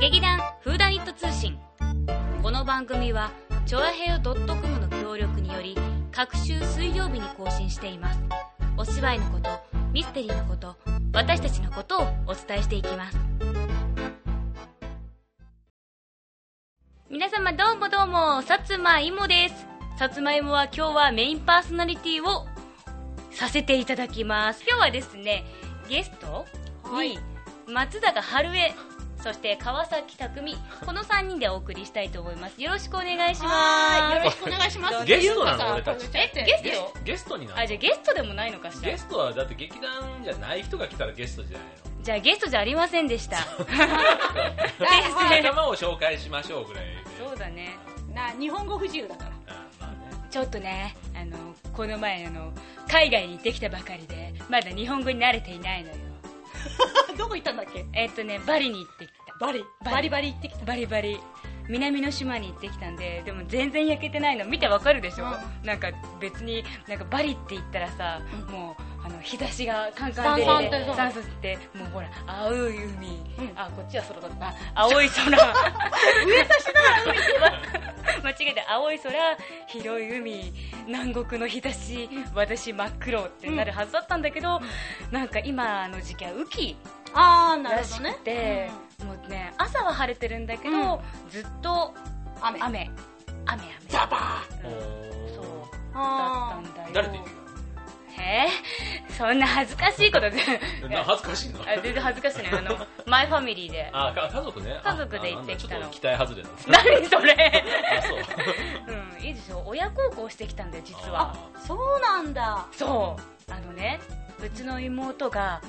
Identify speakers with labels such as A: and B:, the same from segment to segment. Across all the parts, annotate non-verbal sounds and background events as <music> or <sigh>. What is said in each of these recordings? A: 劇団フーダニット通信この番組はチョアヘヨ .com の協力により各週水曜日に更新していますお芝居のことミステリーのこと私たちのことをお伝えしていきます皆様どうもどうもさつまいもですさつまいもは今日はメインパーソナリティをさせていただきます今日はですねゲスト
B: は
A: に
B: い
A: 松坂春江そして川崎匠この3人でお送りしたいと思いますよろしくお願いし
B: はーいよ
A: ま
B: ろ
A: す
B: しくお願いします。
C: ゲスト
B: ゆう
C: なの
B: こさん
C: 俺たち
A: え
B: え、
A: ゲスト
B: ゲスト
C: ゲストにな
A: あ
C: る
A: じゃあゲストでもないのかしら
C: ゲストはだって劇団じゃない人が来たらゲストじゃないの
A: じゃあゲストじゃありませんでした
C: 仲間を紹介しましょうぐらいで
A: そうだね
B: な、日本語不自由だから。
C: あまあね
A: ちょっとねあのこの前あの海外に行ってきたばかりでまだ日本語に慣れていないのよ
B: どこ行ったんだっけ
A: えっとねバリに行ってきた
B: バリ。バリバリ行ってきた。
A: バリバリ南の島に行ってきたんででも全然焼けてないの見てわかるでしょ、
B: う
A: なんか別になんかバリって言ったらさ、もうあの日差しがカンカン
B: さん
A: で
B: さんってそう
A: さんさんってもうほら青い海、
B: ん
A: あこっちは空だった青い空 <laughs> 上差しながら海 <laughs> 間違えて青い空広い海南国の日差し私真っ黒ってなるはずだったんだけど、なんか今の時期は雨季
B: あー、な
A: ら
B: る
A: し
B: ほど
A: く
B: ね。
A: て、もうね朝は晴れてるんだけど、
B: うん
A: ずっと
B: 雨。雨。
A: 雨雨雨
B: ザバ
A: うんそうだ
B: あ
A: ったんだよ
C: 誰と行って
A: へえそんな恥ずかしいことで
C: きたのな恥ずかしいの
A: あ全然恥ずかしいねあ
C: <laughs>
A: のマイファミリーで
C: あか家族ねあ
A: 家族で行ってきたの
C: あなんだちょっと期待外れだっ
A: 何それ <laughs>
C: たあそう
A: うんいいでしょ親孝行してきたんだよ実は
C: あ
B: ー。そうなんだ。
A: そうあのねうちの妹が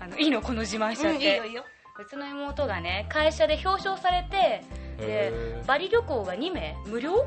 A: あのいいのこの自慢しちゃ
B: う
A: っ
B: ん、いい
A: て、
B: よいいよ。
A: うちの妹がね会社で表彰されてで
C: へー
A: バリ旅行が2名無料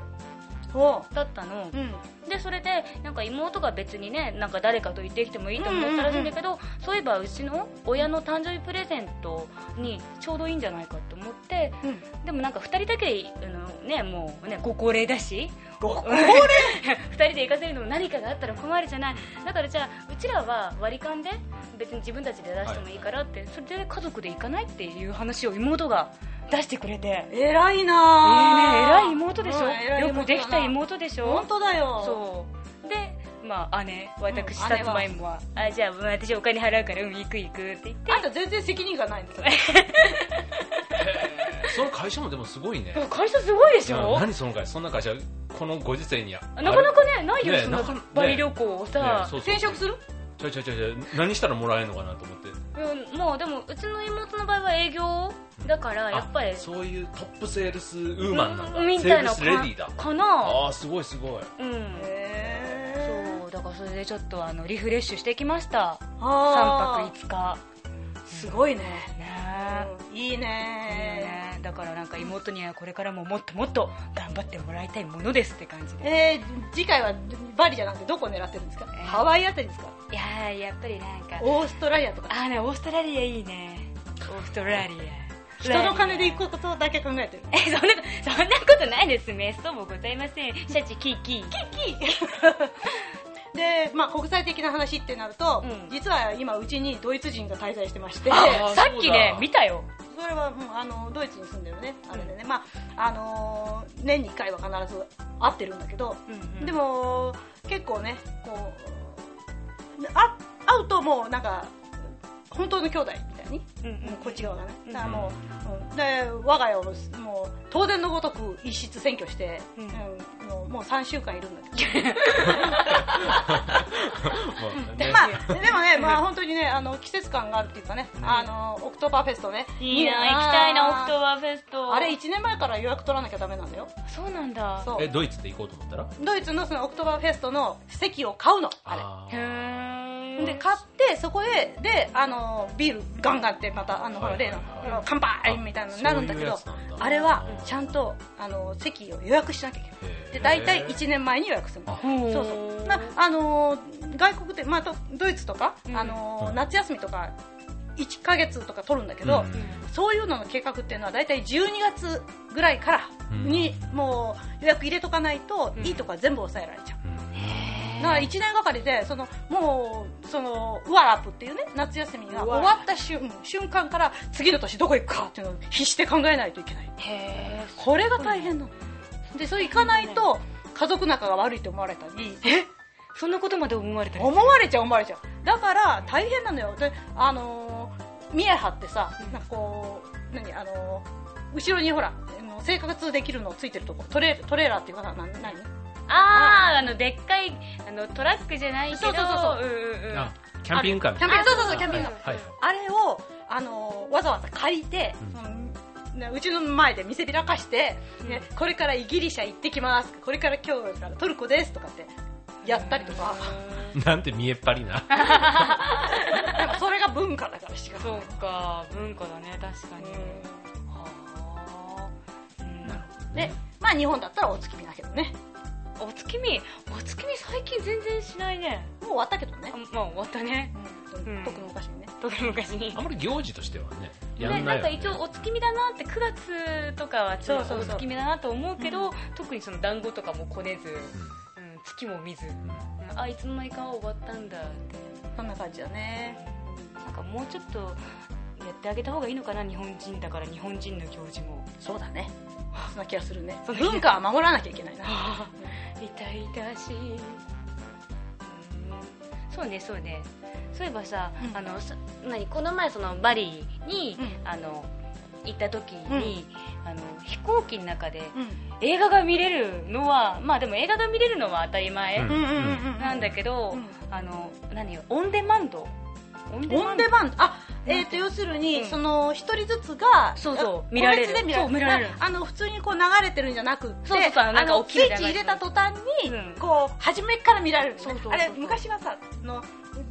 B: ほ
A: だったの、
B: う。うん。
A: でそれでなんか妹が別にねなんか誰かと行ってきてもいいと思ったらしいんだけど、そういえばうちの親の誕生日プレゼントにちょうどいいんじゃないかと思って
B: うん。
A: でもなんか2人だけであの、ね、もうねご高齢だし <laughs>
B: ご高
A: 齢2人で行かせるのも何かがあったら困るじゃないだからじゃあうちらは割り勘で別に自分たちで出してもいいからって、それで家族で行かないっていう話を妹が出してくれて。
B: 偉い
A: え
B: な
A: えね、
B: ー。
A: 偉い妹でしょ、
B: うん偉い
A: よくできた
B: だな
A: 妹でしょ
B: 本当だよ。
A: そうでまあ姉私
B: うん
A: さつまいもはあじゃあ私お金払うからうん行く行くって言って
B: あんた全然責任がないの。それ
C: へーその会社もでもすごいね
A: でも会社すごいでし
C: な
A: ょ
C: 何その会社そんな会社このご時世にな
A: なかなかねないよ
C: ね
A: そ
C: なか
A: の
C: な
A: バリ旅行をさ
C: そうそう
B: 転職する
C: ちょいちょいちょいちょい何したらもらえるのかなと思って
A: うんもうでもうちの妹の場合は営業だからやっぱり
C: あそういうトップセールスウーマンなんだ
A: うんみ
C: セ
A: た
C: ー
A: い
C: ル
A: な
C: スレディーだ
A: かな
C: ああすごいすごい
A: うん
B: へ
A: そうだからそれでちょっとあのリフレッシュしてきました
B: ー。
A: 3
B: あー
A: 泊5日
B: すごいね。
A: ね
B: うんい
A: え
B: い
A: いいよ
B: ね
A: ねだからなんか妹にはこれからももっともっと頑張ってもらいたいものですって感じで
B: えー、次回はバリじゃなくてどこを狙ってるんですか、
A: えー
B: ハワイあたりですか
A: いやーやっぱりなんか
B: オーストラリアとか
A: あーねオーストラリアいいねオーストラリア
B: 人の金で行
A: う
B: くことだけ考えてる
A: えそんなそんなことないですめっそうもございませんシャチキーキー
B: で、まあ、国際的な話ってなると、
A: うん
B: 実は今うちにドイツ人が滞在してまして
C: あー
A: さっき
C: そう
A: ね
C: だ
A: 見たよ
B: それは、うん、あのドイツに住んでるねあれでね、まああのー年に1回は必ず会ってるんだけど、で
A: でも
B: も結構ねこうあ会うともうなんか本当の兄弟みたいにもうこっち側がね、
A: うん
B: だからもう、うんで我が家をもう当然のごとく一室占拠して、
A: う
B: うんんもうもう3週間
A: <laughs>
B: いるんだけど、
C: まあ
B: で
C: ね
B: まあ、でもね、まあ、本当にねあの季節感があるっていうかね、あのオクトーバーフェストね
A: いいな行きたいなオクトー
B: バ
A: バーフェスト
B: あれ1年前から予約取らなきゃダメなんだよ
A: そうなんだ
B: そう
C: えドイツで行こうと思ったら
B: ドイツのそのオクトーバーフェストの席を買うのあれ
C: あ
A: へ
C: ー
A: ー
B: で買ってそこへであのビールガンガンってまたあのほ
C: は
B: ら
C: いはい
B: 例
C: は
B: の
C: い
B: あの乾杯みたいなのになるんだけど
C: あそういうやつなんだ
B: あれはちゃんとあの席を予約しなきゃいけない
C: へ
B: で大
C: ー
B: 体1年前に予約するの
C: あ
A: ほー
B: そうそうなあのー外国で、まあ、とドイツとか、
A: うん
B: あのー
C: うん
B: 夏休みとか1ヶ月とか取るんだけど、
C: うん
B: そういうのの計画っていうのは大体12月ぐらいからに、もう予約入れとかないと、
A: うん
B: いいとか全部抑えられちゃう。
C: うん
B: だから1年がかりでそのもうそのウワラップっていうね夏休みが終わった瞬瞬間から次の年どこ行くかっていうのを必死で考えないといけない
D: へー
B: これが大変なのでそれ行かないと家族仲が悪いと思われたり
D: えそんなことまで思われたり
B: 思われちゃう思われちゃうだから大変なのよであのー、見え張ってさ
D: うん
B: なんかこう何あのー後ろにほらあの生活できるのついてるとこトレトレーラーっていうかなな何
A: あーあのでっかいあのトラックじゃないけど
B: そうそうそうそ
A: うんうんうん
C: あキャンピングカーみ
B: キ
C: た
B: ャ
C: い
B: ンピン
C: な
B: グそうそうそうキャンピングカー
C: はいはい
B: あれを、あのーわざわざ借りて、そのねうちの前で見せびらかして、ねこれからイギリシャ行ってきますこれから今日からトルコですとかってやったりとか
C: なんて見えっ張
B: <laughs>
C: りな
B: やっぱそれが文化だからしか
D: そうか文化だね確かに
B: う
D: はあうん
C: なる
B: んでまあ日本だったらお月見だけどね
D: お月見お月見最近全然しないね
B: もう終わったけどね
D: あ、まあ終わったね
B: うん、特におかしいね
D: 特に昔に
C: あんまり行事としてはねや
A: ね、
C: んな
A: ないん
C: よ
A: か
C: ね
A: 一応お月見だなって9月とかはちょっと
B: そう
A: お
B: そうそう
A: 月見だなと思うけど特にその団子とかもこねず、うん、月も見ず、
C: うんうん
A: うんあいつの間にか終わったんだって
B: そんな感じだね
A: なんかもうちょっとやってあげた方がいいのかな日本人だから日本人の行事も
B: そうだ <laughs> ねそんな気がするね
A: そんな気が
B: 文化は守らなきゃいけないな
A: 痛々しい、うん、そうねそうねそういえばさ、
B: うん
A: あのそ何この前そのバリーに、
B: うん
A: あの行った時に、あの飛行機の中で
B: <laughs> うん
A: 映画が見れるのはまあでも映画が見れるのは当たり前
C: うん
A: なんだ
B: け
A: けど、
B: うん
A: あの何よオンデマンドオン
B: オンデマンドあえっ、と要するに、その一人ずつが
A: そうそう
B: あ
A: 見られる
B: 個別で見られる
A: そう見られる
B: あの普通にこう流れてるんじゃなくって
A: そうそうそうなんか
B: あの
A: 大きい
B: ス
A: み
B: イッ
A: たい
B: チ
A: な
B: 入れた途端に、
A: うん
B: こう初めから見られる
A: そうそうそうそう
B: あれ昔はさあの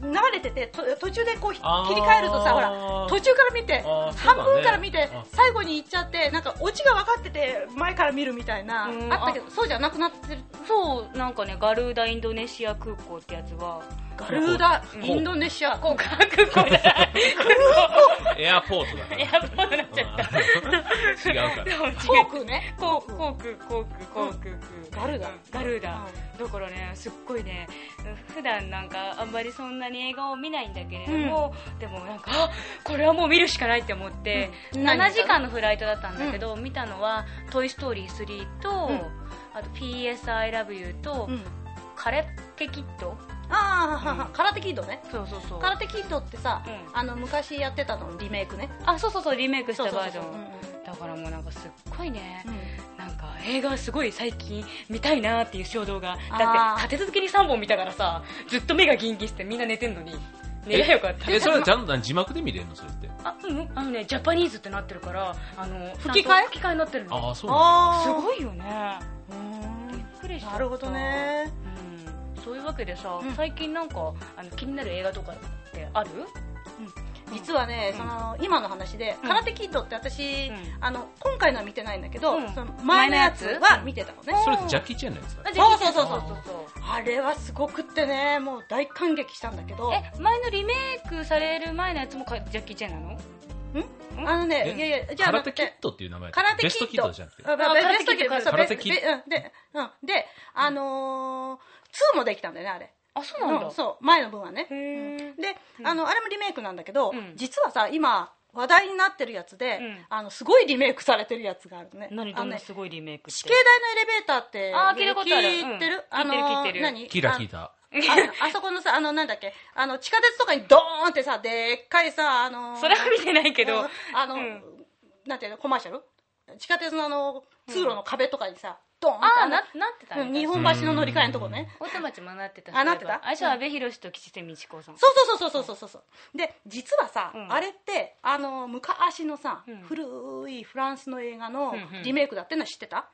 B: 流れててと途中でこうひ
C: あー
B: 切り替えるとさほら途中から見て
C: あーそう
B: 半
C: だね
B: 分から見て
C: あ
B: 最後に行っちゃってなんかオチが分かってて前から見るみたいな
A: うん
B: あったけどそうじゃなくなってる
A: そうなんかねガルーダインドネシア空港ってやつ
B: <laughs>
A: は
B: ガルーダインドネシア
A: こう空港じゃない
C: エアポートだか
B: <laughs>
A: エ
C: ら
A: アポートになっちゃった
C: うん違うから
A: そう違う
B: 航空ね
A: 航空航空航空航空
B: ガルーダ
A: ガルーダ
B: う
A: だからねすっごいね普段なんかあんまりそんなに映画を見ないんだけれども、でもなんかあこれはもう見るしかないって思って、
B: うん
A: 7時間のフライトだったんだけど、見たのは「トイ・ストーリー3と」
B: うん
A: あと「PSILOVEYOU」と
B: うん
A: 「カレッケキッド
B: ああ、空手キッドね」
A: そうそうそう
B: 空手キッドってさ、
A: う
B: あの昔やってたのリメイクね
A: あそうそうそうリメイクし
B: そう
A: た
B: そう
A: バ
B: そ
A: ー
B: う
A: ジョンだからもうなんかすっごいね、
B: うん
A: なんか映画すごい最近見たいなっていう衝動がだ
B: あー
A: って立て続けに3本見たからさずっと目がギンギンしてみんな寝てんのに寝りゃよかった
C: えそれはちゃんと何字幕で見れるのそれって
A: あうんあのねジャパニーズってなってるからあの
B: 吹き
A: ち
B: 替え
A: ゃんと吹き替えになってる
C: あ
A: の
C: あそうなんだ
B: あ
A: す
B: ー
A: ごいよね
B: うー
A: びっ
B: ん
A: くりした
B: なるほどね
A: うんそういうわけでさ、
B: うん
A: 最近なんかあの気になる映画とかってある
B: 実はね、
A: うん
B: その今の話で、
A: うん
B: 空手キッドって私、
A: うん
B: あの今回のは見てないんだけど、
A: うん
B: その前のやつは見てたのね、
C: それってジャッキー・チェンのやつだ
A: あ
B: そうそうそうそう
A: あそうそう
B: あれはすごくってねもう大感激したんだけど
A: え前のリメイクされる前のやつもかジャッキー・チェンなの
B: あのね
C: え
B: いやいやじゃあ
C: 空
B: な
C: 手
B: く
C: キッ
B: て
C: ドっていう名前
B: 空手キッド
C: ベストキッドじゃなくて
B: あ
A: あ
B: ベ
A: 空手
B: ベ
A: キ
B: スト
A: ッド
B: キッド
A: 空
C: 手キッド
B: ベベでうんでうんであのー、2もできたんだよねあれ
A: あそうなんだ、
B: うんそう前の分はね
A: へー
B: であのあれもリメイクなんだけど、
A: うん
B: 実はさ今話題になってるやつで、
A: うん
B: あのすごいリメイクされてるやつがあるね
A: 何
B: あ
A: ど
B: の
A: んな
B: ね
A: すごいリメイクっ
B: 死
A: て
B: 刑台のエレベーターって
A: あー聞いたことある
B: 聞いて
A: うん
B: る、あの
A: 聞いてる聞いてる
B: 何
C: キラ聞いた
B: ああそこのさあのなんだっけあの地下鉄とかにドーンってさでっかいさあのー
A: それは見てないけど、
B: あの、
A: うん
B: なんていうのコマーシャル地下鉄のあの通路の壁とかにさ、ドーンって
A: ああ
B: の
A: ななってた
B: うん
A: ね
B: 日本橋の乗り換えのとこね、
A: 大手町もなってた
B: あなってた
A: あじゃあ阿部寛と吉瀬美智子さん
B: そうそうそうそうそうそうそう、で実はさ、
A: うん
B: あれってあの昔のさ、
A: うん
B: 古いフランスの映画の
A: うんうん
B: リメイクだってのは知ってた、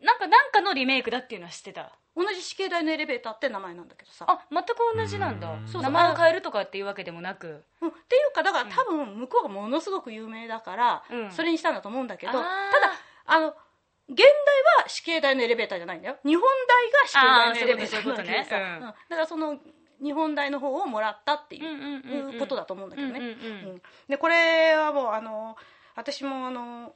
A: なんかなんかのリメイクだっていうのは知ってた
B: 同じ死刑台のエレベーターって名前なんだけどさ、
A: あ全く同じなんだ
C: うん
B: そうそう
A: 名前を変えるとかっていうわけでもなく
B: うんっていうかだから多分向こうがものすごく有名だから、
A: うん
B: それにしたんだと思うんだけ
A: あ
B: どた
A: ー
B: だあの現代は死刑台のエレベーターじゃないんだよ日本台が死刑台のエレベーターなんだけどさ、
A: あーそういうことそういうことねうん
B: うんだからその日本台の方をもらったっていう,、ことだと思うんだけどね、
A: うんうんうん
B: うんでこれはもうあの私もあの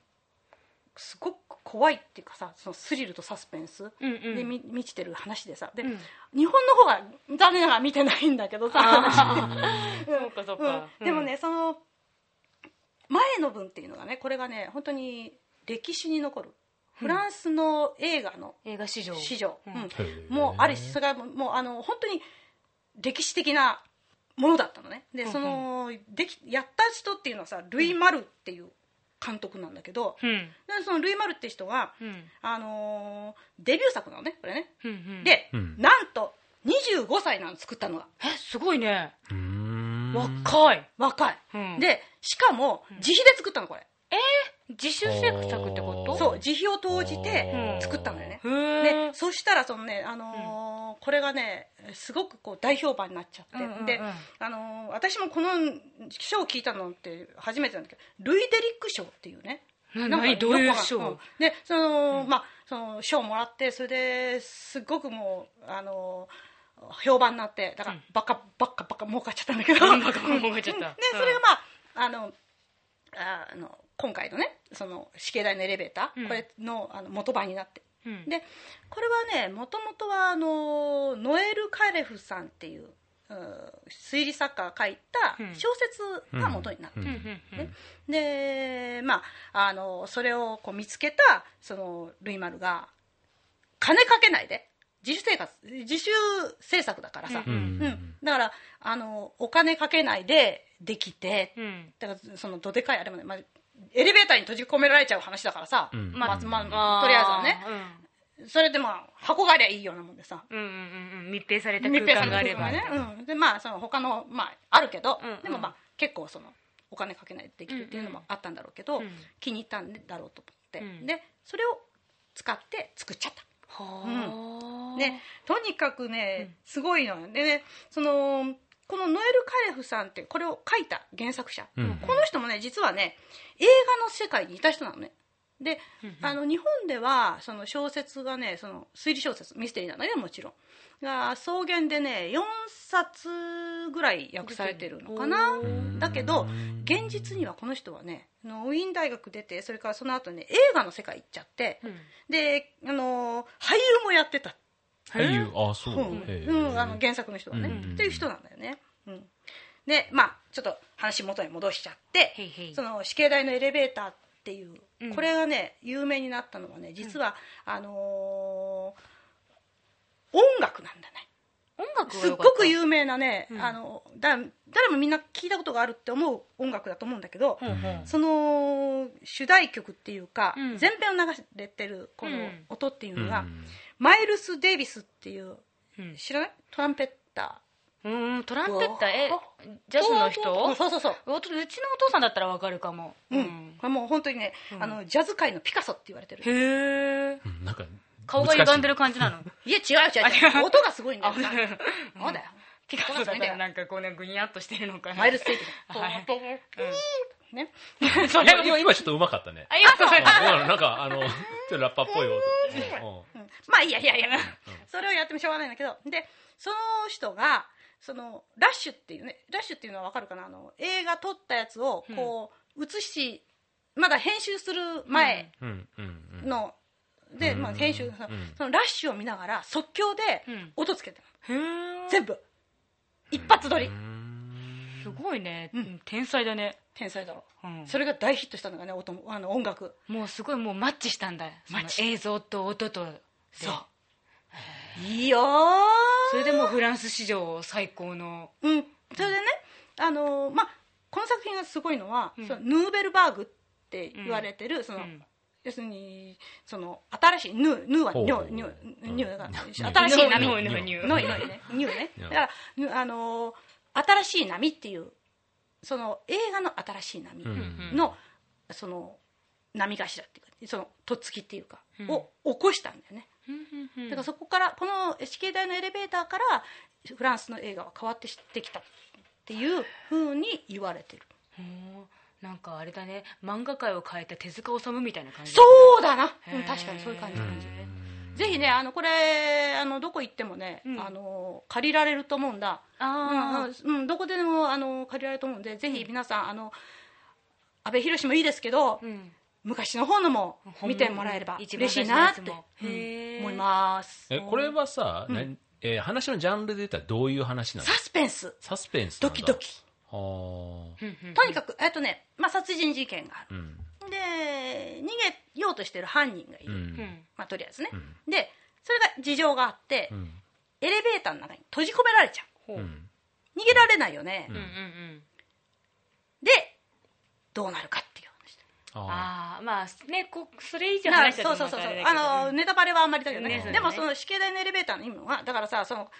B: すごく怖いっていうかさそのスリルとサスペンス
A: うんうん
B: でみ満ちてる話でさで、
A: うん
B: 日本の方が残念ながら見てないんだけどさ、うん
A: そうかそう
B: う
A: か
B: ん、でもね、その前の文っていうのがねこれがね本当に歴史に残るフランスの映画の
A: うん映画史上
B: 史上、
A: う
B: うんん
C: へー
B: もうあるしそれがもうあの本当に歴史的なものだったのねで
A: うん
B: その、できやった人っていうのはさルイ・マルっていう監督なんだけど、
A: うん
B: でそのルイ・マルって人が、
A: うん
B: あのーデビュー作なのねこれね、
A: うんうん
B: で、
C: うん
B: なんと25歳なの作ったのが
A: えすごいね
C: うーん
A: 若い
B: 若い、
A: うん
B: でしかも自費で作ったのこれ、
A: 自主制作ってこと
C: おー
B: そう自費を投じて
A: うん
B: 作ったんだよね
A: へー
B: でそしたらそのね、あのーこれがねすごくこう大評判になっちゃって、
A: うんうんうん
B: であのー私もこの賞を聞いたのって初めてなんだけどルイ・デリック賞っていうね
A: な
B: なんか
A: 何どうい
B: よ
A: う
B: くわかんうん
A: 賞
B: でその、まあその賞をもらってそれですっごくもうあの評判になってだからばっかばっかばっか儲かっちゃったんだけど、
A: うんバカバカ儲かっちゃった
B: で
A: うん
B: それがまああのああの今回のねその死刑台のエレベーター、
A: うん
B: これのあの元版になって
A: うん
B: でこれはねもともとはあのノエル・カレフさんっていううん推理作家が書いた
A: うん
B: 小説が元になってる、
A: うんうんうん
B: でまああのそれをこう見つけたそのルイマルが金かけないで自主生活自主制作だからさ、
A: う
B: うんん
C: うん
B: だからあのお金かけないでできて
A: うん
B: だからそのどでかいあれもね、まあ、エレベーターに閉じ込められちゃう話だからさ、
C: うん
B: まあま
A: ー
B: あ、とりあえずはねそれでまあ箱がありゃいいようなもんでさ
A: うんうんうんうん密閉された空
B: 密閉さ
A: 間
B: れ
A: があ
B: た
A: れ
B: 空
A: ば
B: 間ね、うん、でまあその他のまああるけど、
A: うんうん
B: でもまあ結構そのお金かけないでできるっていうのもあったんだろうけど、
A: うん
B: 気に入ったんだろうと思って、
A: うん
B: でそれを使って作っちゃった
A: はあ
B: ねとにかくね、
A: うん
B: すごいのよでねそのこのノエル・カレフさんってこれを書いた原作者、
C: うんうん
B: この人もね実はね映画の世界にいた人なのねであの日本ではその小説がねその推理小説ミステリーなんだけどもちろんが草原でね4冊ぐらい訳されてるのかな
C: うん
B: だけど現実にはこの人はねあのウィーン大学出てそれからその後ね映画の世界行っちゃって
A: うん
B: であのー俳優もやってた
C: 俳優あそう
B: うん
C: へ
B: う
C: ー
B: ん、あの原作の人はね、
C: うん
B: っていう人なんだよね、うん、でまあちょっと話元に戻しちゃって
A: へいへい
B: その死刑台のエレベーターっていう、
A: うん
B: これがね有名になったのはね実は、あのー音楽なんだね
A: 音楽が
B: すっ
A: 良
B: ご
A: かった
B: く有名なね、
A: うん
B: あのだ誰もみんな聞いたことがあるって思う音楽だと思うんだけど、
A: うんうん
B: その主題曲っていうか、
A: うん
B: 前編を流れてるこの
A: うん
B: 音っていう
C: う
B: の
C: ん
B: が、マイルス・デイビスっていう
A: うん
B: 知らないトランペッタ
A: うんうんトランペッタえ
B: うわ
A: ジャズの
B: ーうん
A: 人
B: そうそうそう
A: おうちのお父さんだったらわかるかも
B: うん、これもう本当にね、
A: うん
B: あのジャズ界のピカソって言われてる
A: へえ
C: うんなんか
A: 顔が歪んで
C: る
A: る感じなの
B: <laughs> いや違う違う違う音がすごいんだよそうだよ
A: ピカソだからなんかこうねぐにゃっとしてるのかな
B: マイルス・デイビス <laughs>
A: はい
B: ね
A: うんそれ
C: 今今ちょっとうまかったね
A: ありがとう
C: うん今のなんかあのちょっとラッパーっぽい音うんうん
B: うんまあいいやいやいやそれをやってもしょうがないんだけどでその人がそのラッシュっていうねラッシュっていうのはわかるかなあの映画撮ったやつをこう映し、まだ編集する前
C: うんうんうん
B: の、で、
C: うん
B: まあ、編集、
C: うん
B: そのラッシュを見ながら即興で
A: うん
B: 音つけてる、
A: へえ
B: 全部一発撮り、
C: うん
A: すごいね、
B: うん
A: うん天才だね、
B: 天才だろ
A: うん
B: それが大ヒットしたのがね音もあの音楽
A: もうすごいもうマッチしたんだその
B: マッチ
A: 映像と音とで
B: そういいよー
A: それでもうフランス史上最高の
B: うん、それでね、あのーまあ、この作品がすごいのは、
A: うん
B: そのヌーベルバーグって言われてる、そうの
A: ん
B: 要するにその新しいヌーヌーは
C: ほう
B: ニ
C: ほう
B: ューニューニューが
C: うん
B: 新しい波
A: ノ
B: ノ
A: イ
B: イ
A: ノイニュー
B: ノイねニュ
C: <laughs>
B: ーね
C: うん
B: だからヌーあのー新しい波っていうその映画の新しい波
C: うん
B: の、その波頭っていうかそのとっつきっていうか、
A: うん
B: を起こしたんだよねだ
A: だ
B: か
A: かららそ
B: そこからこの死刑台のエレベーターからフランスの映画は変わってしてきたっていうふうに言われてる
A: ほうなんかあれだね漫画界を変えた手塚治虫みたいな感じ
B: そうだな、
A: へー
B: うん、確かにそういう感じ、
C: うん
B: ぜひねあのこれあのどこ行ってもね、
A: うん
B: あの借りられると思うんだ
A: あー
B: うんうん、どこでもあの借りられると思うんでぜひ皆さんあの安倍博もいいですけど、
A: うん
B: 昔の方のも
A: ほん
B: 見てもらえれば
A: 一番
B: 嬉しいなって
A: 最初のやつも
B: うん
A: へー
B: 思います
C: えこれはさ、
B: うん
C: 何えー話のジャンルで言ったらどういう話なの
B: サスペンス
C: サスペンスな
B: ド
C: んだ
B: キドキ
C: は
A: うんうん
B: とにかくえっとね、まあ、殺人事件があ
C: あうん
B: るで逃げようとしてる犯人がいうる、
C: ん
A: うん
B: まあ、とりあえずね、
C: うん
B: でそれが事情があって、
C: うん
B: エレベーターの中に閉じ込められちゃ
A: ほう
C: う
A: うん
C: ん
B: う逃げられないよね、
C: うん
A: うんうん
B: でどうなるかっていう話
C: あ
A: ああまあねこそれ以上
B: な
A: 話しちゃ
B: そうう
A: と
B: そう
A: ま
B: そ
A: た
B: うそう
A: れだけど
B: あの
A: うん
B: ネタバレはあんまりだけどね
C: ねそうだね
B: でもその式台のエレベーターの意味はだからさその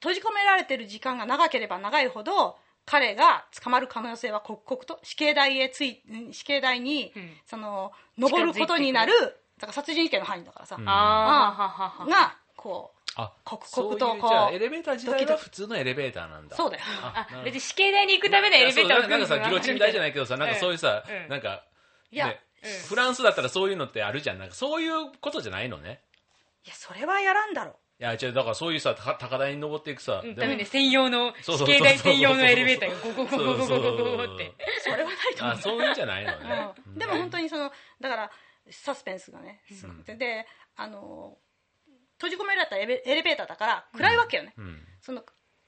B: 閉じ込められてる時間が長ければ長いほど彼が捕まる可能性は刻々と死刑台へついん死刑台に、
A: うん
B: その登ることになるだから殺人事件の範囲だからさ、
C: うん
A: ああはははは
B: がこう
C: あ
B: 刻
C: そうい
B: 々
C: う
B: と
C: じゃあ
B: こ
C: エレベーター自体
B: ドキド
C: は
B: キ
C: 普通のエレベーターなんだ
B: そうだよ
C: あな
A: あ
C: る
A: 別に死刑台に行くためのエレベーターを
C: いやそうなんかさギロチン台じゃないけどさなんかそういうさ、
A: うん
C: なんか
B: いや、
C: ね
A: うん
C: フランスだったらそういうのってあるじゃんなんかそういうことじゃないのね
B: いやそれはやらんだろう
C: いや違うだからそういうさた高台に登っていくさ、
A: うん
C: で
A: ダ
C: も
A: メね専用の
C: そう
A: 死
C: そうそうそう
A: 刑台専用のエレベーターがゴゴ
C: そ
A: ゴ
C: う
A: ゴゴ
C: そう
A: ゴゴゴって
B: それはないと思う
C: あそういうんじゃないのね、
B: うんでも本当にそのだからサスペンスがねすごくて、であの閉じ込められたエレエレベーターだから暗いわけよね、
C: うん
B: その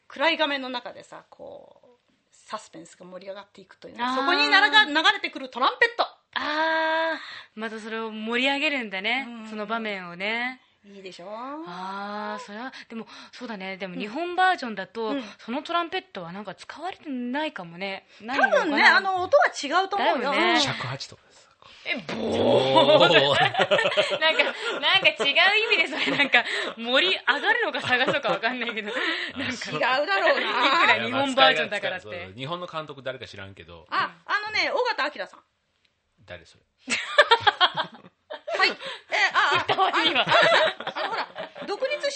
B: 暗い画面の中でさこうサスペンスが盛り上がっていくというね
A: あー
B: そこにならが流れてくるトランペット
A: ああまたそれを盛り上げるんだね
B: うん
A: その場面をね
B: いいでしょ
A: ああそれはでもそうだねでも日本バージョンだと、
B: うん
A: そのトランペットはなんか使われてないかもね多
B: 多分ねあの音は違うと思うよ
A: だよね
C: 尺八とかです
A: えボ
C: お
A: ー <laughs> なんかなんか違う意味でそれなんか盛り上がるのか下がるのかわかんないけどなんか
B: 違うだろう
A: いく
B: な
A: ら日本バージョンだからって
C: いやまあ使い勝手がそう日本の監督誰か知らんけど
B: <laughs> ああのね尾形明さん
C: 誰それ
B: はいえああ
A: たまには
B: あのほら独立少年合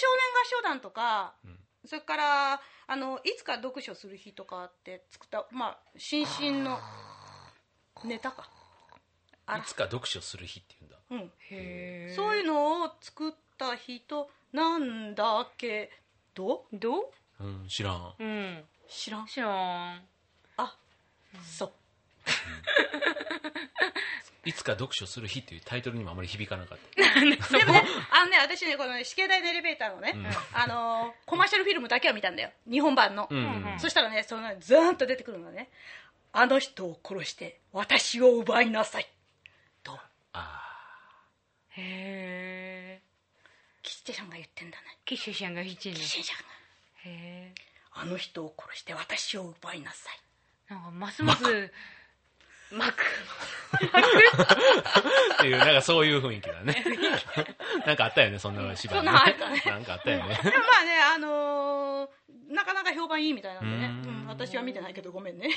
B: 唱団とか、
C: ん
B: それからあのいつか読書する日とかって作ったまあ新進のネタかあ
C: い
B: ら
C: つか読書する日っていうんだ
B: うん、
A: へ
B: そう
A: いう
B: いうのを作った人なんだけど
A: どう
C: うん知らん
A: うん
B: 知らん
A: 知らん
B: あ
A: <laughs>
B: そう
C: いつか読書する日っていうタイトルにもあまり響かなかっ
B: でもね <laughs> あのね私ねこのね死刑台のエレベーターのね、
C: うん
B: あのーコマーシャルフィルムだけは見たんだよ日本版の、
C: た、うん
A: うんうん
B: そしたらねそのずーんと出てくるのがねあの人を殺して私を奪いなさいと
C: あ
A: へえ
B: キシテさんが言ってんだね
A: キッシュシャンが1位の
B: キシテさん
A: へえ
B: があの人を殺して私を奪いなさい
A: なんかますますマク
C: ーっていうなんかそういう雰囲気だねなんかあったよねそんな芝居
B: そんなあったね
C: なんかあったよね
B: でもまあね <laughs> あのーなかなか評判いいみたいなんでね
C: うーん
B: うん私は見てないけどご
A: <laughs>
B: めんね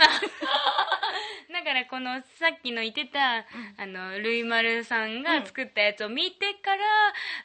A: だからこのさっきの言ってた、あのルイマルさんが作ったやつを見てから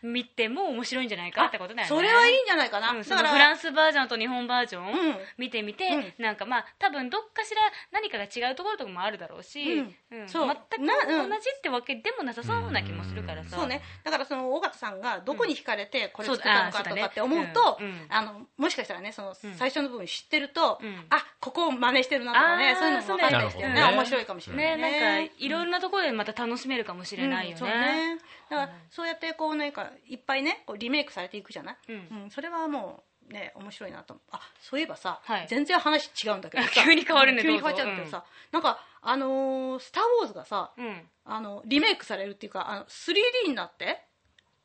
A: 見ても面白いんじゃないかってことだよね
B: それはいいんじゃないかな、
A: うん、そ
B: だ
A: の
B: から
A: フランスバージョンと日本バージョン、
B: うん
A: 見てみて、なんかまあ多分どっかしら何かが違うところとかもあるだろうし、
B: うん
A: ん
B: そう
A: 全
B: なう
A: く
B: ん
A: 同じってわけでもなさそうな気もするからさ、
B: そうね、だからその尾形さんがどこに惹かれてこれ作っ
A: そう
B: た
A: あ
B: の
A: そう
B: か
A: だ
B: と
A: ね
B: かって思うと、
A: うんうん
B: あのもしかしたらねその
A: ん
B: 最初の部分知ってると、
A: うん
B: あここを真似してるなとか
A: あ
B: ね
A: ー
B: そういうのも分かったりしてね
C: なるほどね
B: 面白いかもしれな
A: ね
B: い
A: なんかいろんなところでまた楽しめるかもしれないよね,、
B: うんそうねだからそうやってこうなんかいっぱいねこうリメイクされていくじゃない、
A: うん
B: それはもうね面白いなとあそういえばさ、
A: はい
B: 全然話違うんだけどさ
A: <laughs> 急に変わるね
B: 急に
A: どう
B: 変
A: ぞ
B: わっちゃうんだけどさ、なんかあのースター・ウォーズ」がさ、
A: うん
B: あのリメイクされるっていうかあの 3D になって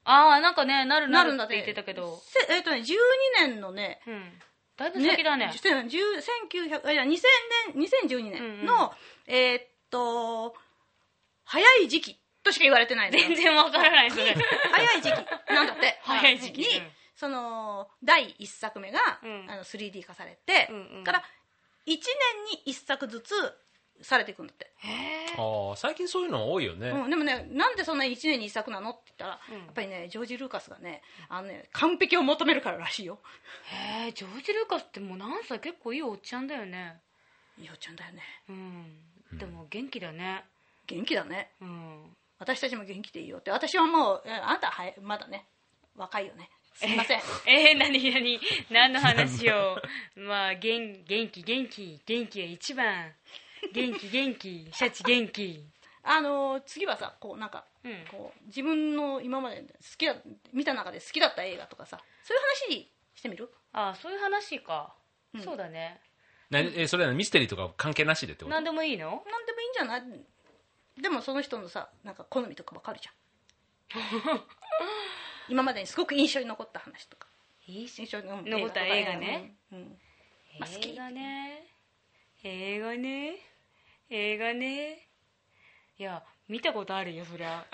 A: ああなんかねなるな
B: な
A: る
B: る
A: っ
B: んだ
A: て
B: って
A: 言ってたけど、
B: せえっ、とね12年のね
A: うん、だいぶ先だね
B: ね10 1900いや2000年2012年の、
A: うん
B: えーっと早い時期としか言われてないのよ
A: <laughs> 全然わからないそ
B: <laughs>
A: れ
B: 早い時期なんだって
A: <laughs> 早い時期
B: に、
A: うん
B: その第1作目が、
A: うん
B: あの 3D 化されて、
A: うんうん
B: から1年に1作ずつされていくんだって、
C: ああ最近そういうの多いよね、
B: うん、でもねなんでそんな1年に1作なのって言ったら、
A: うん
B: やっぱりねジョージ・ルーカスがねあのね完璧を求めるかららしいよ
A: へえジョージ・ルーカスってもう何歳結構いいおっちゃんだよね
B: いいおっちゃんだよね
A: うんでも元気だね
B: 元気だね
A: うん
B: 私たちも元気でいいよって私はもうえあなたは早いまだね若いよねすいません
A: えー、何何何の話を <laughs> まあ元元気元気元気が一番元気元気シャチ元気
B: あの次はさこうなんか
A: うん
B: こう自分の今まで好きだ見た中で好きだった映画とかさそういう話にしてみる
A: あそういう話か、
B: うん
A: そうだね
C: なえそれはミステリーとか関係なしでってこと
A: 何でもいいの
B: なんでもいいんじゃないでもその人のさなんか好みとかわかる
A: <laughs>
B: じゃん今までにすごく印象に残った話とか
A: いいし
B: 印象に残
A: 残った映画ね、
B: うんうんまあ好き
A: 映画ね映画ね映画ねいや見たことあるよそりゃ
B: はい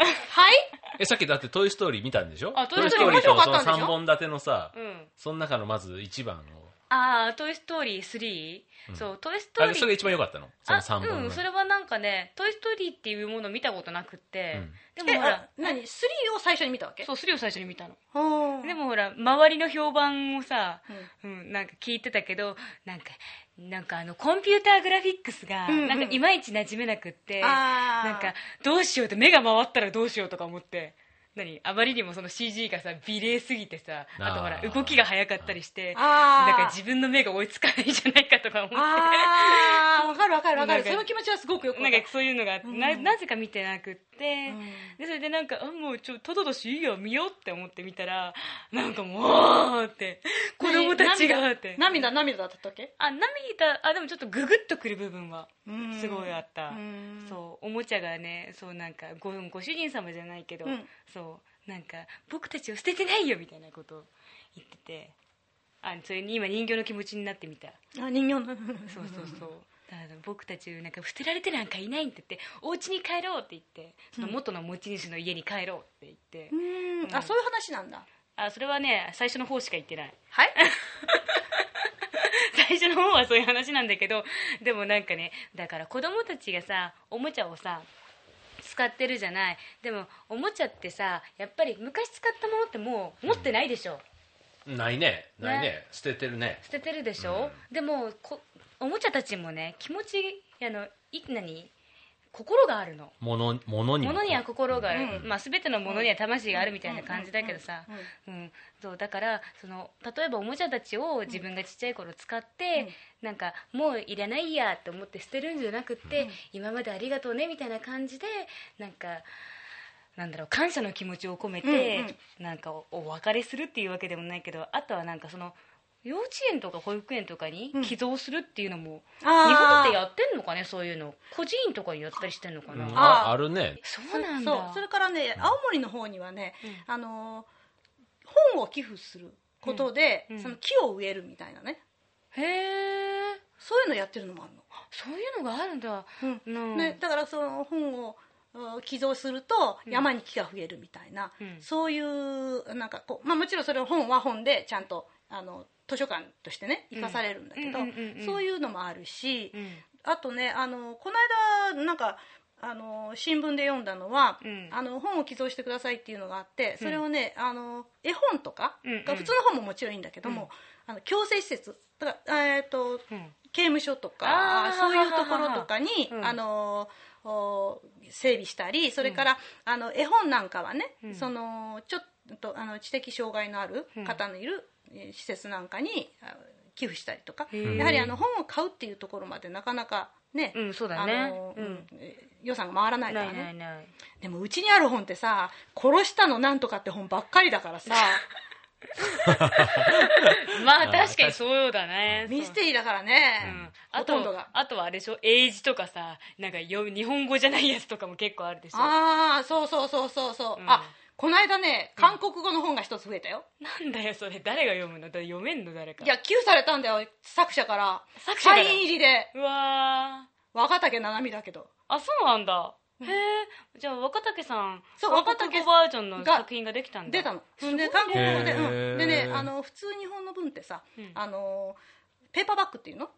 C: えさっきだって「トイ・ストーリー」見たんでしょ
A: あトイ
B: ストーリー
C: トイ
B: 面白かっ
C: そ
B: た
C: の
B: んでしょ
C: 3本立てのさ、
A: うん
C: その中のまず1番を
A: ああ「トイ・ストーリー3」
C: うん
A: そう「トイ・スト
C: あ
A: ー
C: れ
A: リー」
C: それが一番良かったのその3本
A: あうんそれはなんかね「トイ・ストーリー」っていうものを見たことなくって、で
B: え
A: もほら
B: あ何スリーを最初に見たわけ
A: そう3を最初に見たの
B: ほう
A: でもほら周りの評判をさ、うんなんか聞いてたけどなんかなんかあのコンピューターグラフィックスが
B: うんうん
A: なんかいまいち馴染めなくって、
B: あー
A: なんかどうしようって目が回ったらどうしようとか思って何あまりにもその CG がさ美麗すぎてさあとほら
C: あー
A: 動きが速かったりして
B: あ
A: な
B: ー
A: んか自分の目が追いつかないんじゃないかとか思って
B: ああわかるわかるわか
A: な
B: る
A: んか
B: その気持ちはすごくよく
A: な
B: わ
A: ん
B: か
A: か
B: る
A: そういうのがあって、
B: うん
A: ななぜか見てなくって、
B: うん
A: でそれでなんかあもうちょただだしいいよ見ようって思って見たらなんかもうって子供たちがって
B: 涙涙だったっけ
A: あ涙あでもちょっとググッとくる部分は
B: うん
A: すごいあった、
B: うん
A: そうおもちゃがねそうなんかごご主人様じゃないけど、
B: うん
A: そうなんか僕たちを捨ててないよみたいなことを言っててあそれに今人形の気持ちになってみた
B: あ人形の
A: そうそう <laughs> そうだから僕たちなんか捨てられてなんかいないって言ってお家に帰ろうって言ってその元の持ち主の家に帰ろうって言って、
B: うんあそういう話なんだ
A: あそれはね最初の方しか言ってない <laughs>
B: はい
A: 最初の方はそういう話なんだけどでもなんかねだから子供たちがさおもちゃをさ使ってるじゃないでもおもちゃってさやっぱり昔使ったものってもう持ってないでしょ、
C: うんないねないね
A: ね
C: 捨ててるね
A: 捨ててるでしょ、でもこおもちゃたちもね気持ちあのい何心があるの
C: ものものに
A: ものには心がある、
B: うん
A: まあ、全てのものには魂があるみたいな感じだけどさ
B: うんうんうん、
A: うん、そうだからその例えばおもちゃたちを自分がちっちゃい頃使って、なんかもういらないやって思って捨てるんじゃなくって、今までありがとうねみたいな感じでなんか。なんだろう感謝の気持ちを込めて、
B: うん
A: なんかおお別れするっていうわけでもないけどあとはなんかその幼稚園とか保育園とかに
B: うん
A: 寄贈するっていうのも、
B: あー
A: 日本ってやってんのかねそういうの個人とかにやったりしてんのか
C: う
A: な、
C: ん
B: あ
C: ああるね
A: そうなんだ
B: そうそれからね青森の方にはね、あのー本を寄付することで、
A: うんうん
B: その木を植えるみたいなね
A: へえ
B: そういうのやってるのもあ
A: そういうのがあるんだ
B: るの、
A: な
B: うんね、だからその本をうん寄贈すると山に木が増えるみたいな、
A: うん
B: そういうなんかこう、まあ、もちろんそれは本は本でちゃんとあの図書館としてね生かされるんだけど、
A: うんうんうんうん
B: そういうのもあるし、
A: うん
B: あとねあのこの間なんかあの新聞で読んだのは、
A: うん
B: あの本を寄贈してくださいっていうのがあってそれをね、あの絵本とか
A: うんうん
B: が普通の本ももちろんいいんだけども、あの強制施設だから、えー、と
A: うん
B: 刑務所と
A: あ
B: か
A: ー
B: そういうところとかに、
A: うん
B: あのお整備したりそれから、あの絵本なんかはね、
A: うん
B: そのちょっとあの知的障害のある方のいる、えー施設なんかにあ寄付したりとか
A: へー
B: やはりあの本を買うっていうところまでなかなかね、
A: うんそうだ
B: あ
A: ね
B: の
A: うん
B: えー予算が回らないか
A: な
B: ら
A: い
B: ね
A: ないない
B: でもうちにある本ってさ殺したのなんとかって本ばっかりだからさ
A: <laughs> まあ
C: あー
A: 確かにそうだね
B: ミステリーだから
A: そうう
B: ね
A: ん、あ
B: ほとんど
A: と
B: が。
A: あとはあれでしょ英字とかさなんかよ日本語じゃないやつとかも結構あるでしょな
B: ああそうそうそうそうそう、
A: うん
B: あこの間ね韓国語の本が一つ増えたよ、
A: んだよそれ誰が読むのだ読めんの誰か
B: いや寄付されたんだよ作者から
A: 作者から
B: サイン入りで
A: うわー
B: 若竹七海だけど
A: あそうなんだへえじゃあ若竹さん
B: そ
A: 韓
B: う若
A: 国
B: 竹
A: 語バージョンの
B: が
A: 作品ができたんだ
B: 出たの
A: すごい
B: で韓国語で、
C: へー
B: うん、でねあの普通日本の文ってさ、
A: うん
B: あのペーパーバッグっていうの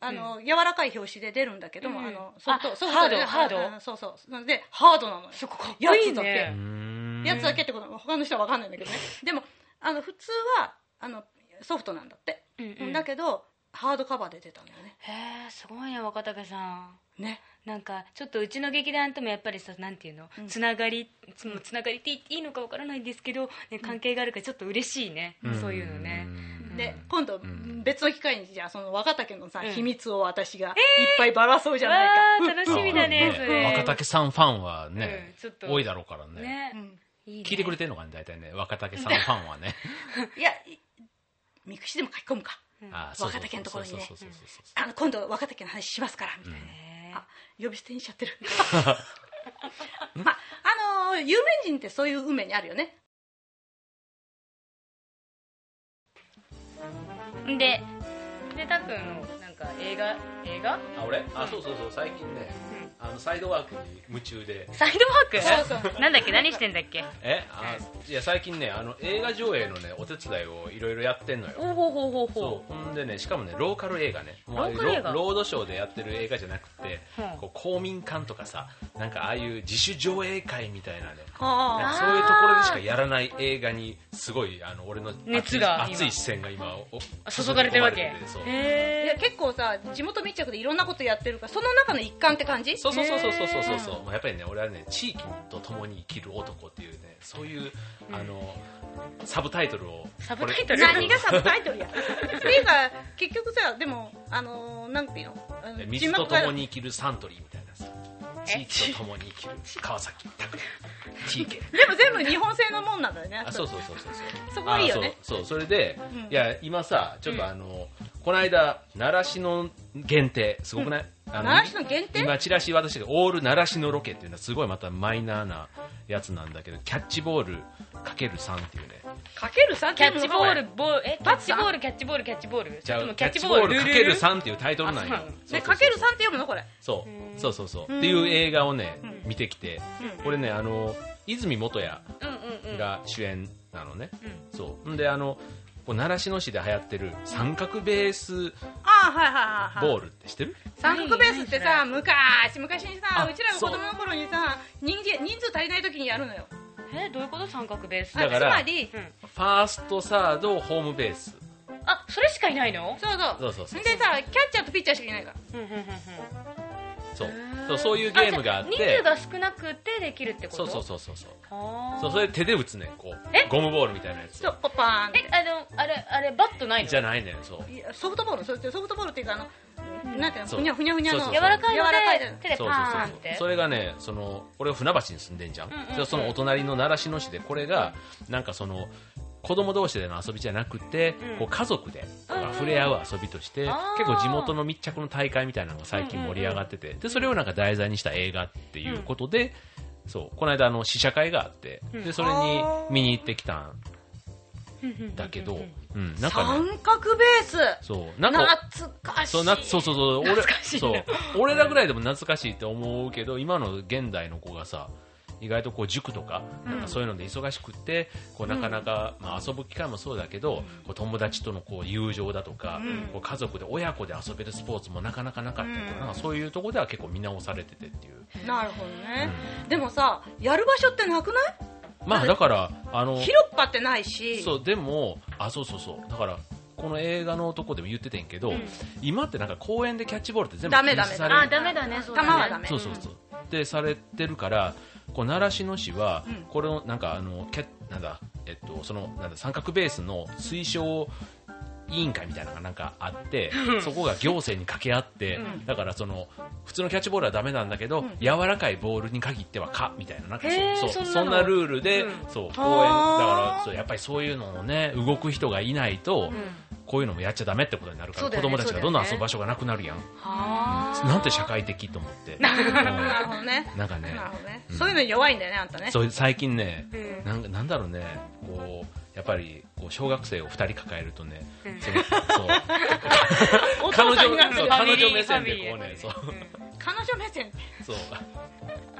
B: あの、柔らかい表紙で出るんだけども、
A: うん
B: あのソフ
A: あ
B: トソフ
A: ハ
B: ト
A: ード
B: で
A: ハード
B: うんそうそうなんでハードなのよ
A: そこかっこ
B: や
A: いい
B: つだけ
A: ね
C: うーん
B: やつだけってことは他の人は分かんないんだ
A: <laughs>
B: けどねでもあの普通はあのソフトなんだって、
A: うんうん
B: だけどハードカバーで出たんだよね
A: へえすごいね若竹さん
B: ね
A: なんかちょっとうちの劇団ともやっぱりさなんていうの、つながりつつながりっていいのかわからないんですけど、ね、関係があるからちょっと嬉しいね、そういうのね、
C: う
A: うん
B: で今度
C: ん
B: 別の機会にじゃあその若竹のさ、
A: うん
B: 秘密を私がいっぱいばらそうじゃないか、
A: わー楽しみだねそれ
C: 若竹さんファンはね
A: うんちょっ、と
C: 多いだろうからね
A: ね
B: うん
A: いいね
C: 聞いてくれてんのかね大体ね若竹さんファンはね
B: いやいミクシィでも書き込むか
C: あーそうそ
B: 若
C: う
B: 竹のところにね
C: そうそうそうそうそう
B: あの今度若竹の話しますからみたいな、
A: ね
B: あ呼び捨てにしちゃってる
A: <laughs>
B: まああのー有名人ってそういう運命にある
A: <laughs>
B: よね
A: ででたくんのなんか映画映画
C: あ俺あそうそうそう最近ねあのサイドワークに夢中で
A: <laughs> サイドワーク
B: そうそ
A: <laughs>
B: う
A: なんだっけ何してんだっけ
C: えあいや最近ねあの映画上映のねお手伝いをいろいろやってんのよ
A: ほうほうほうほうほ
C: そうほんでねしかもねローカル映画ねもうああいう
A: ローカル映画
C: ロロードショーでやってる映画じゃなくて、
A: うん
C: こう公民館とかさなんかああいう自主上映会みたいなねなん
B: あ
C: かそういうところでしかやらない映画にすごいあの俺の熱い
A: 熱が今
C: 熱い視線が今お
A: う注がれてるわけ
C: 注ぎ込まれててそう
B: あいや
A: へえ
B: 結構さ地元密着でいろんなことやってるからその中の一環って感じ
C: そうそうそうそうそうそうそうそう、まあ、やっぱりね俺はね地域と共に生きる男っていうねそういう、あのサブタイトルを
A: サブタイト
C: これ
A: ル
B: 何がサブタイト
C: <laughs>
B: ルやっていうか結局さでもあのーなんていうのあの
C: 水と
B: が
C: 共に生きるサントリーみたいなさ地域と共に生きる川崎拓地域
B: でも全部日本製のもんなんだよね
C: あそうそうそうそうそう
B: そこはいいよね
C: あそうそうそれで、
B: うん
C: いや今さちょっとあの、この間習志野限定すごくない、あの
B: 習志野限定
C: 今チラシ渡してるオール習志野ロケっていうのはすごいまたマイナーなやつなんだけどキャッチボールかける3っていうね
B: かける3
A: キャッチボール
B: で
A: ボーえキャ
B: バ
A: ッ
B: ツ
A: チボールキャッチボールキャッチボール
C: じゃ
A: それと
C: あ
A: も
C: キャッチボールかける3っていうタイトルなん
A: あ
C: よ
A: そうなの
C: そうそうそう
B: かける3って読むのこれ
C: そうそうそうそう
B: うん
C: っていう映画をね
B: うん
C: 見てきて
B: うん
C: これねあの泉元哉
A: うんうんうん
C: が主演なのね
A: うん
C: そうであのこう習志野市で流行ってる三角ベース
B: ああはいはいはい、
C: ボ
B: はい、
C: ールって知ってる
B: 三角ベースってさ昔昔にさ
C: あ
B: うちらが子供の頃にさ人間人数足りない時にやるのよ
A: えどういうこと三角ベース
B: あ
C: だから
B: つまり
A: うん
C: ファーストサードホームベース
A: あそれしかいないの
B: そう
C: そ
B: そう
C: うそうそう
B: でさキャッチャーとピッチャーしかいないから
A: うんうんうんうん
C: そう
A: ー
C: そうそういうゲームがあっ
A: じゃ人数
C: て
A: が少なくてできるってこと
C: そうそう
A: う
C: そうそうそうそ
A: そう
C: それで手で打つねこ
A: え
C: うゴムボールみたいなやつ
B: そうポッパーンっ
A: えあのあれあれバットないの
C: じゃないのよそう
B: ていやソフトボールそしてソフトボールっていうかあの、
A: うん
B: なんていうの
C: そう
B: ふにゃふにゃふにゃの
C: そうそう
A: 柔らかいの
B: 柔らかい
A: で
B: の
A: 手でパ
C: そうそうそう
A: ーン
C: そ
A: っ
C: う
A: て
C: それがねその俺は船橋に住んでんじゃん,、
A: んうんうん
C: でそのお隣の習志野市でこれがなんかその子供同士での遊びじゃなくて、
A: うん
C: こう家族で、
A: うんうん
C: 触れ合う遊びとして
A: あー
C: 結構地元の密着の大会みたいなのが最近盛り上がってて、でそれをなんか題材にした映画っていうことで、そうこの間あの試写会があって
A: うん
C: でそれに見に行ってきたんだけど、うん、なんか、ね、
B: 三角ベース
C: そうなんか
B: 懐かしい
C: そうなそうそうそう俺
A: 懐かしい
C: そう
A: な
C: 俺らぐらいでも懐かしいって思うけど今の現代の子がさ意外とこう塾とかなんかそういうので忙しくって、こうなかなか、まあ、遊ぶ機会もそうだけど、こう友達とのこう友情だとか、こう家族で親子で遊べるスポーツもなかなかなかったりとか,、
B: うん
C: なんかそういうところでは結構見直されててっていう
B: なるほどね、でもさやる場所ってなくない
C: まあだからあの
B: 広っぱってないし
C: そうでもあそうそうそうだからこの映画のとこでも言っててんけど、今ってなんか公園でキャッチボールって全部
B: ダメダメ
C: 禁止される
A: あダメだねそうだね
B: 球はダメ
C: そうそうそうでされてるからこう習志野市は、
B: うん
C: これをなんかあのキャなんだえっとそのなんだ三角ベースの推奨委員会みたいなのがなんかあってそこが行政に掛け合って、だからその普通のキャッチボールはダメなんだけど、
B: ん
C: 柔らかいボールに限ってはかみたいななんか
A: へー
C: そうそ
A: そ
C: うん
A: なの
C: そんなルールで、
A: うん
C: そう公園だ
B: あー
C: からそうやっぱりそういうのをね動く人がいないと、こういうのもやっちゃダメってことになるか
A: そ
C: ら、
A: うだ
C: 子
A: よね
C: 供たちがどんどん遊ぶ場所がなくなるやん、なんて社会的と思って。うん
B: なるほどね
C: なんかね
B: なるほどね、
C: うん
B: そういうのに弱いんだよねあんたね
C: そう最近ね、
A: うん
C: なんかなんだろうねこうやっぱりこう小学生を2人抱えるとね、
A: うん
C: そのそう
B: <laughs> お父
C: 彼女
B: さんになる
C: そう
A: ファ
C: 彼
A: ミリー
C: 女目線でこうね
A: フ
C: そう
A: ァミリー
B: 彼女目線
C: そう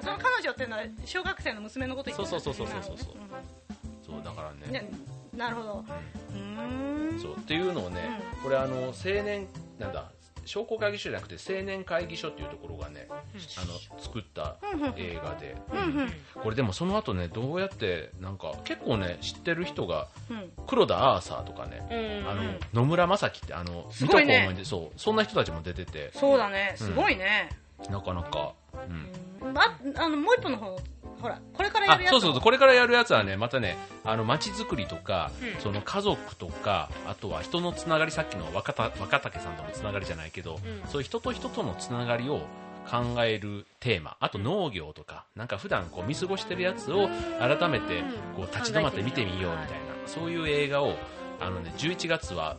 B: その彼女っていうのは小学生の娘のこと言ってる
C: そうそうそうそうそうそう
B: なるほ
C: そうだから
B: ど
C: ね
B: ねうんねなるほどうーん
C: そうっていうのをね、これあの青年なんだ商工会議所じゃなくて青年会議所っていうところがね、あの作った映画で、
B: うんうん
C: これでもその後ねどうやってなんか結構ね知ってる人が
B: うん
C: 黒田アーサーとかね、
A: うん
C: あの
B: うん
C: 野村正樹ってあの
B: すごいね
C: 見た子思でそうそんな人たちも出てて
B: そうだねすごいね、
C: なかなか、うん
B: ああのもう一本の方ほらこれからや
C: あ
B: るやつ
C: そうそうそう
B: も
C: これからやるやつはねまたねあの街づくりとか、
A: うん
C: その家族とかあとは人のつながりさっきの若田若竹さんとのつながりじゃないけ
A: う
C: ど、
A: ん
C: そういう人と人とのつながりを考えるテーマあと農業とかなんか普段こう見過ごしてるやつを改めてこう立ち止まって見てみようみたいなそういう映画をあの、ね、11月は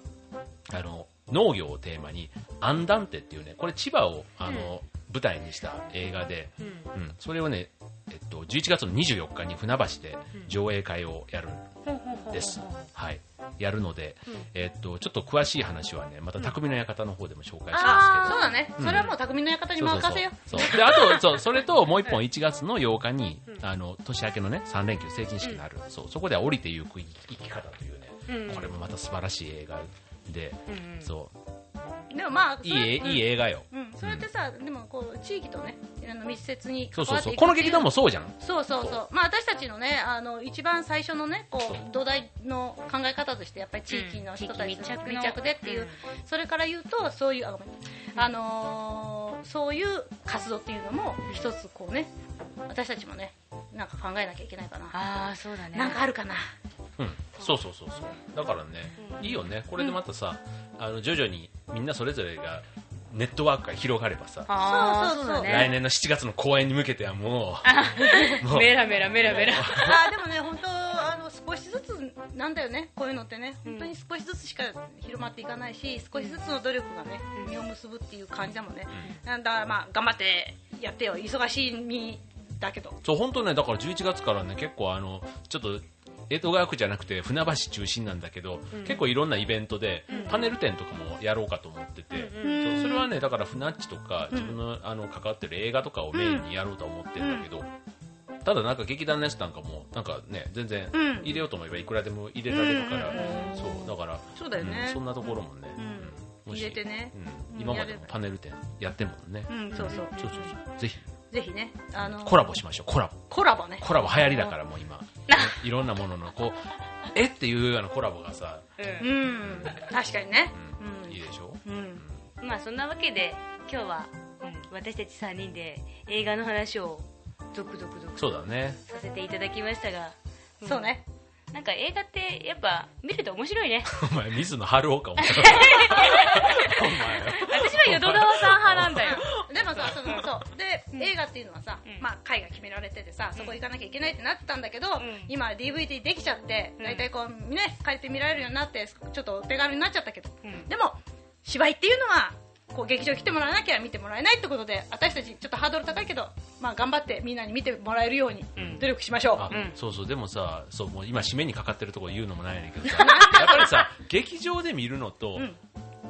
C: あの農業をテーマに「アンダンテ」っていうねこれ千葉をあの、舞台にした映画で。
A: うん
C: うん、それをね、えっと、11月の24日に船橋で上映会をやる
A: ほうほうほうほ
C: ん
A: う
C: です、はい、やるので、
A: うん
C: えっと、ちょっと詳しい話はねまた匠の館の方でも紹介し
B: あ
C: ま
B: そうだね、
C: うん
B: それはもう匠の館
C: すけ
B: に
C: ど、そうそう
B: 任せよ
C: そうそうであとそうそれともう一本1月の8日に、あの年明けのね3連休成人式のある、そうそこでは降りてゆく生き方というね、
A: うん
C: これもまた素晴らしい映画で、
A: うんうん
C: そう
B: でもまあ
C: いいえ、いい映画よ、
B: うん、それってさ、でもこう地域とねあの密接に関
C: そうそ
B: わ
C: う
B: って
C: そう
B: いく
C: この
B: ってい
C: 劇団もそうじゃん
B: そうそうそう
C: そう
B: まあ私たちのねあの一番最初のねこ
C: そう
B: う土台の考え方としてやっぱり地域の人たち
A: うん地域密着の
B: 密着でっていう、
A: うん
B: それから言うとそういうあごめんあのーそういう活動っていうのも一つこうね私たちもねなんか考えなきゃいけないかな、
A: ああそうだね
B: なんかあるかな
C: うん、そうそうそうそうだからね、いいよねこれでまたさ、あの徐々にみんなそれぞれがネットワークが広がればさ、
A: あー
B: そうそうそう
A: だね
C: 来年の7月の公演に向けてはもう <laughs> もう
A: メラメラメラメラ
B: あーでもね本当あの少しずつなんだよねこういうのってね
A: うん
B: 本当に少しずつしか広まっていかないし少しずつの努力がね
A: うん
B: 実を結ぶっていう感じだもんね、なんだからまあ頑張ってやってよ忙しい身だけど
C: そう本当ねだから11月からね結構あのちょっと江戸川区じゃなくて船橋中心なんだけど、結構いろんなイベントで、パネル展とかもやろうかと思ってて、そうそれはねだから船っちとか自分の,、あの関わってる映画とかをメインにやろうとは思ってるんだけど、ただなんか劇団のやつなんかもなんかね全然
B: うん
C: 入れようと思えばいくらでも入れられるから、
B: うん
C: そうだから
B: そうだよね
C: んそんなところもね、
B: うん
C: もし
B: 入れてね
C: うん
B: うん
C: 今までのパネル展やってんもんね、
B: うんそうそう
C: そうそうそうぜひ
B: ぜひねあの
C: コラボしましょうコラボ
B: コラボね
C: コラボ流行りだからもう今いろんなもののこうえっていうようなコラボがさ、
A: うん
B: うん確かにね
C: うんいいでしょ
B: うん、うん
A: まあそんなわけで今日は、うん、私たち3人で映画の話をゾクゾクゾク
C: そうだね
A: させていただきましたが、ん
B: そうね
A: なんか映画ってやっぱ見ると面白い <laughs> ね
C: お前水野春夫かお前お前
A: 私は淀川さん派なんだよ
B: <laughs> でもさそのそうで、映画っていうのはさ、
A: うん
B: まあ、会が決められててさそこ行かなきゃいけないってなってたんだけど、
A: ん
B: 今 DVD できちゃって
A: うん
B: 大体こうね借りて見られるようになってちょっとお手軽になっちゃったけど、
A: うん
B: でも芝居っていうのはこう劇場来てもらわなきゃ見てもらえないってことで私たちちょっとハードル高いけど、まあ、頑張ってみんなに見てもらえるように
A: うん
B: 努力しましょう、
C: あ
A: うん
C: そうそうでもさそうもう今締めにかかってるところ言うのもないねんけどさやっぱりさ劇場で見るのと、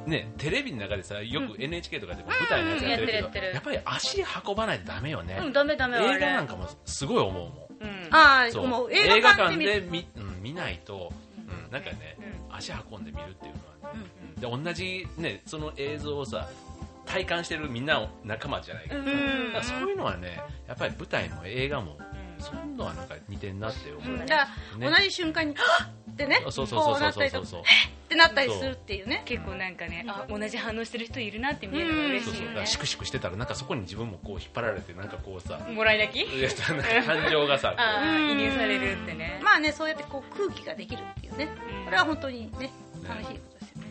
C: ね、テレビの中でさよく NHK とかでも舞台のやつやってるけど、
A: うんやってるや
C: やっぱり足運ばないとダメよね、
A: うんダメダメあれ
C: 映画なんかもすごい思うも
A: う
C: ん
A: ん
B: ああ
C: そう
B: もう映画館で見る
C: 映画館で見,、うん、見ないと、うん、なんかね、足運んで見るっていうのはね、で同じ、ね、その映像をさ体感してるみんなを仲間じゃないけど、
B: う
C: だからそういうのはねやっぱり舞台も映画も、そういうのはなんか似てんなって思う、
B: ん、だから
C: ね
B: 同じ瞬間にはっってね
C: そうそうそ
B: こ
C: う
B: うな
C: そう
B: った
C: そう
B: り
C: そ
B: と
C: う
B: か
C: そう
B: ってなったりするっていうね
A: 結構なんかね、あ同じ反応してる人いるなって見えるのが嬉
C: そう
A: しい
C: そう
A: よ
C: だか
A: ね
C: ら、シクシクしてたらなんかそこに自分もこう引っ張られてなんかこうさ、
A: もらい泣き
C: いやなんか感情がさこ
A: <laughs> あ
C: う
A: あ移入されるってね、
B: まあねそうやってこう空気ができるっていうね
A: うん
B: これは本当にね楽しいことですよね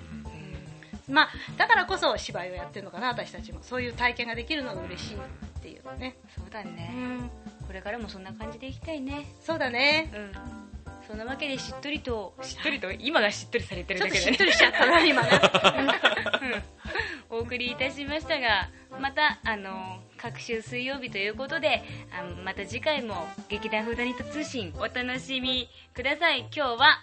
B: まあだからこそ芝居をやってるのかな私たちもそういう体験ができるのが嬉しいっていうね
A: そうだ
B: う
A: ね、
B: ん
A: これからもそんな感じでいきたいね
B: そうだね
A: うんそんなわけでしっとりとしっとりと今がしっとりされてる
B: ちょ
A: だ
B: っ
A: け
B: と
A: でね
B: しっとりしちゃったな
A: <laughs>
B: 今ね
A: お送りいたしましたがまたあの各週水曜日ということであのまた次回も「劇団フーダニット通信」お楽しみください今日は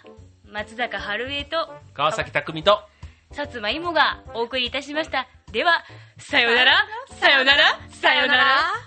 A: 松坂春江と
C: 川崎匠と
A: 薩摩いもがお送りいたしましたではさようならさようならさようなら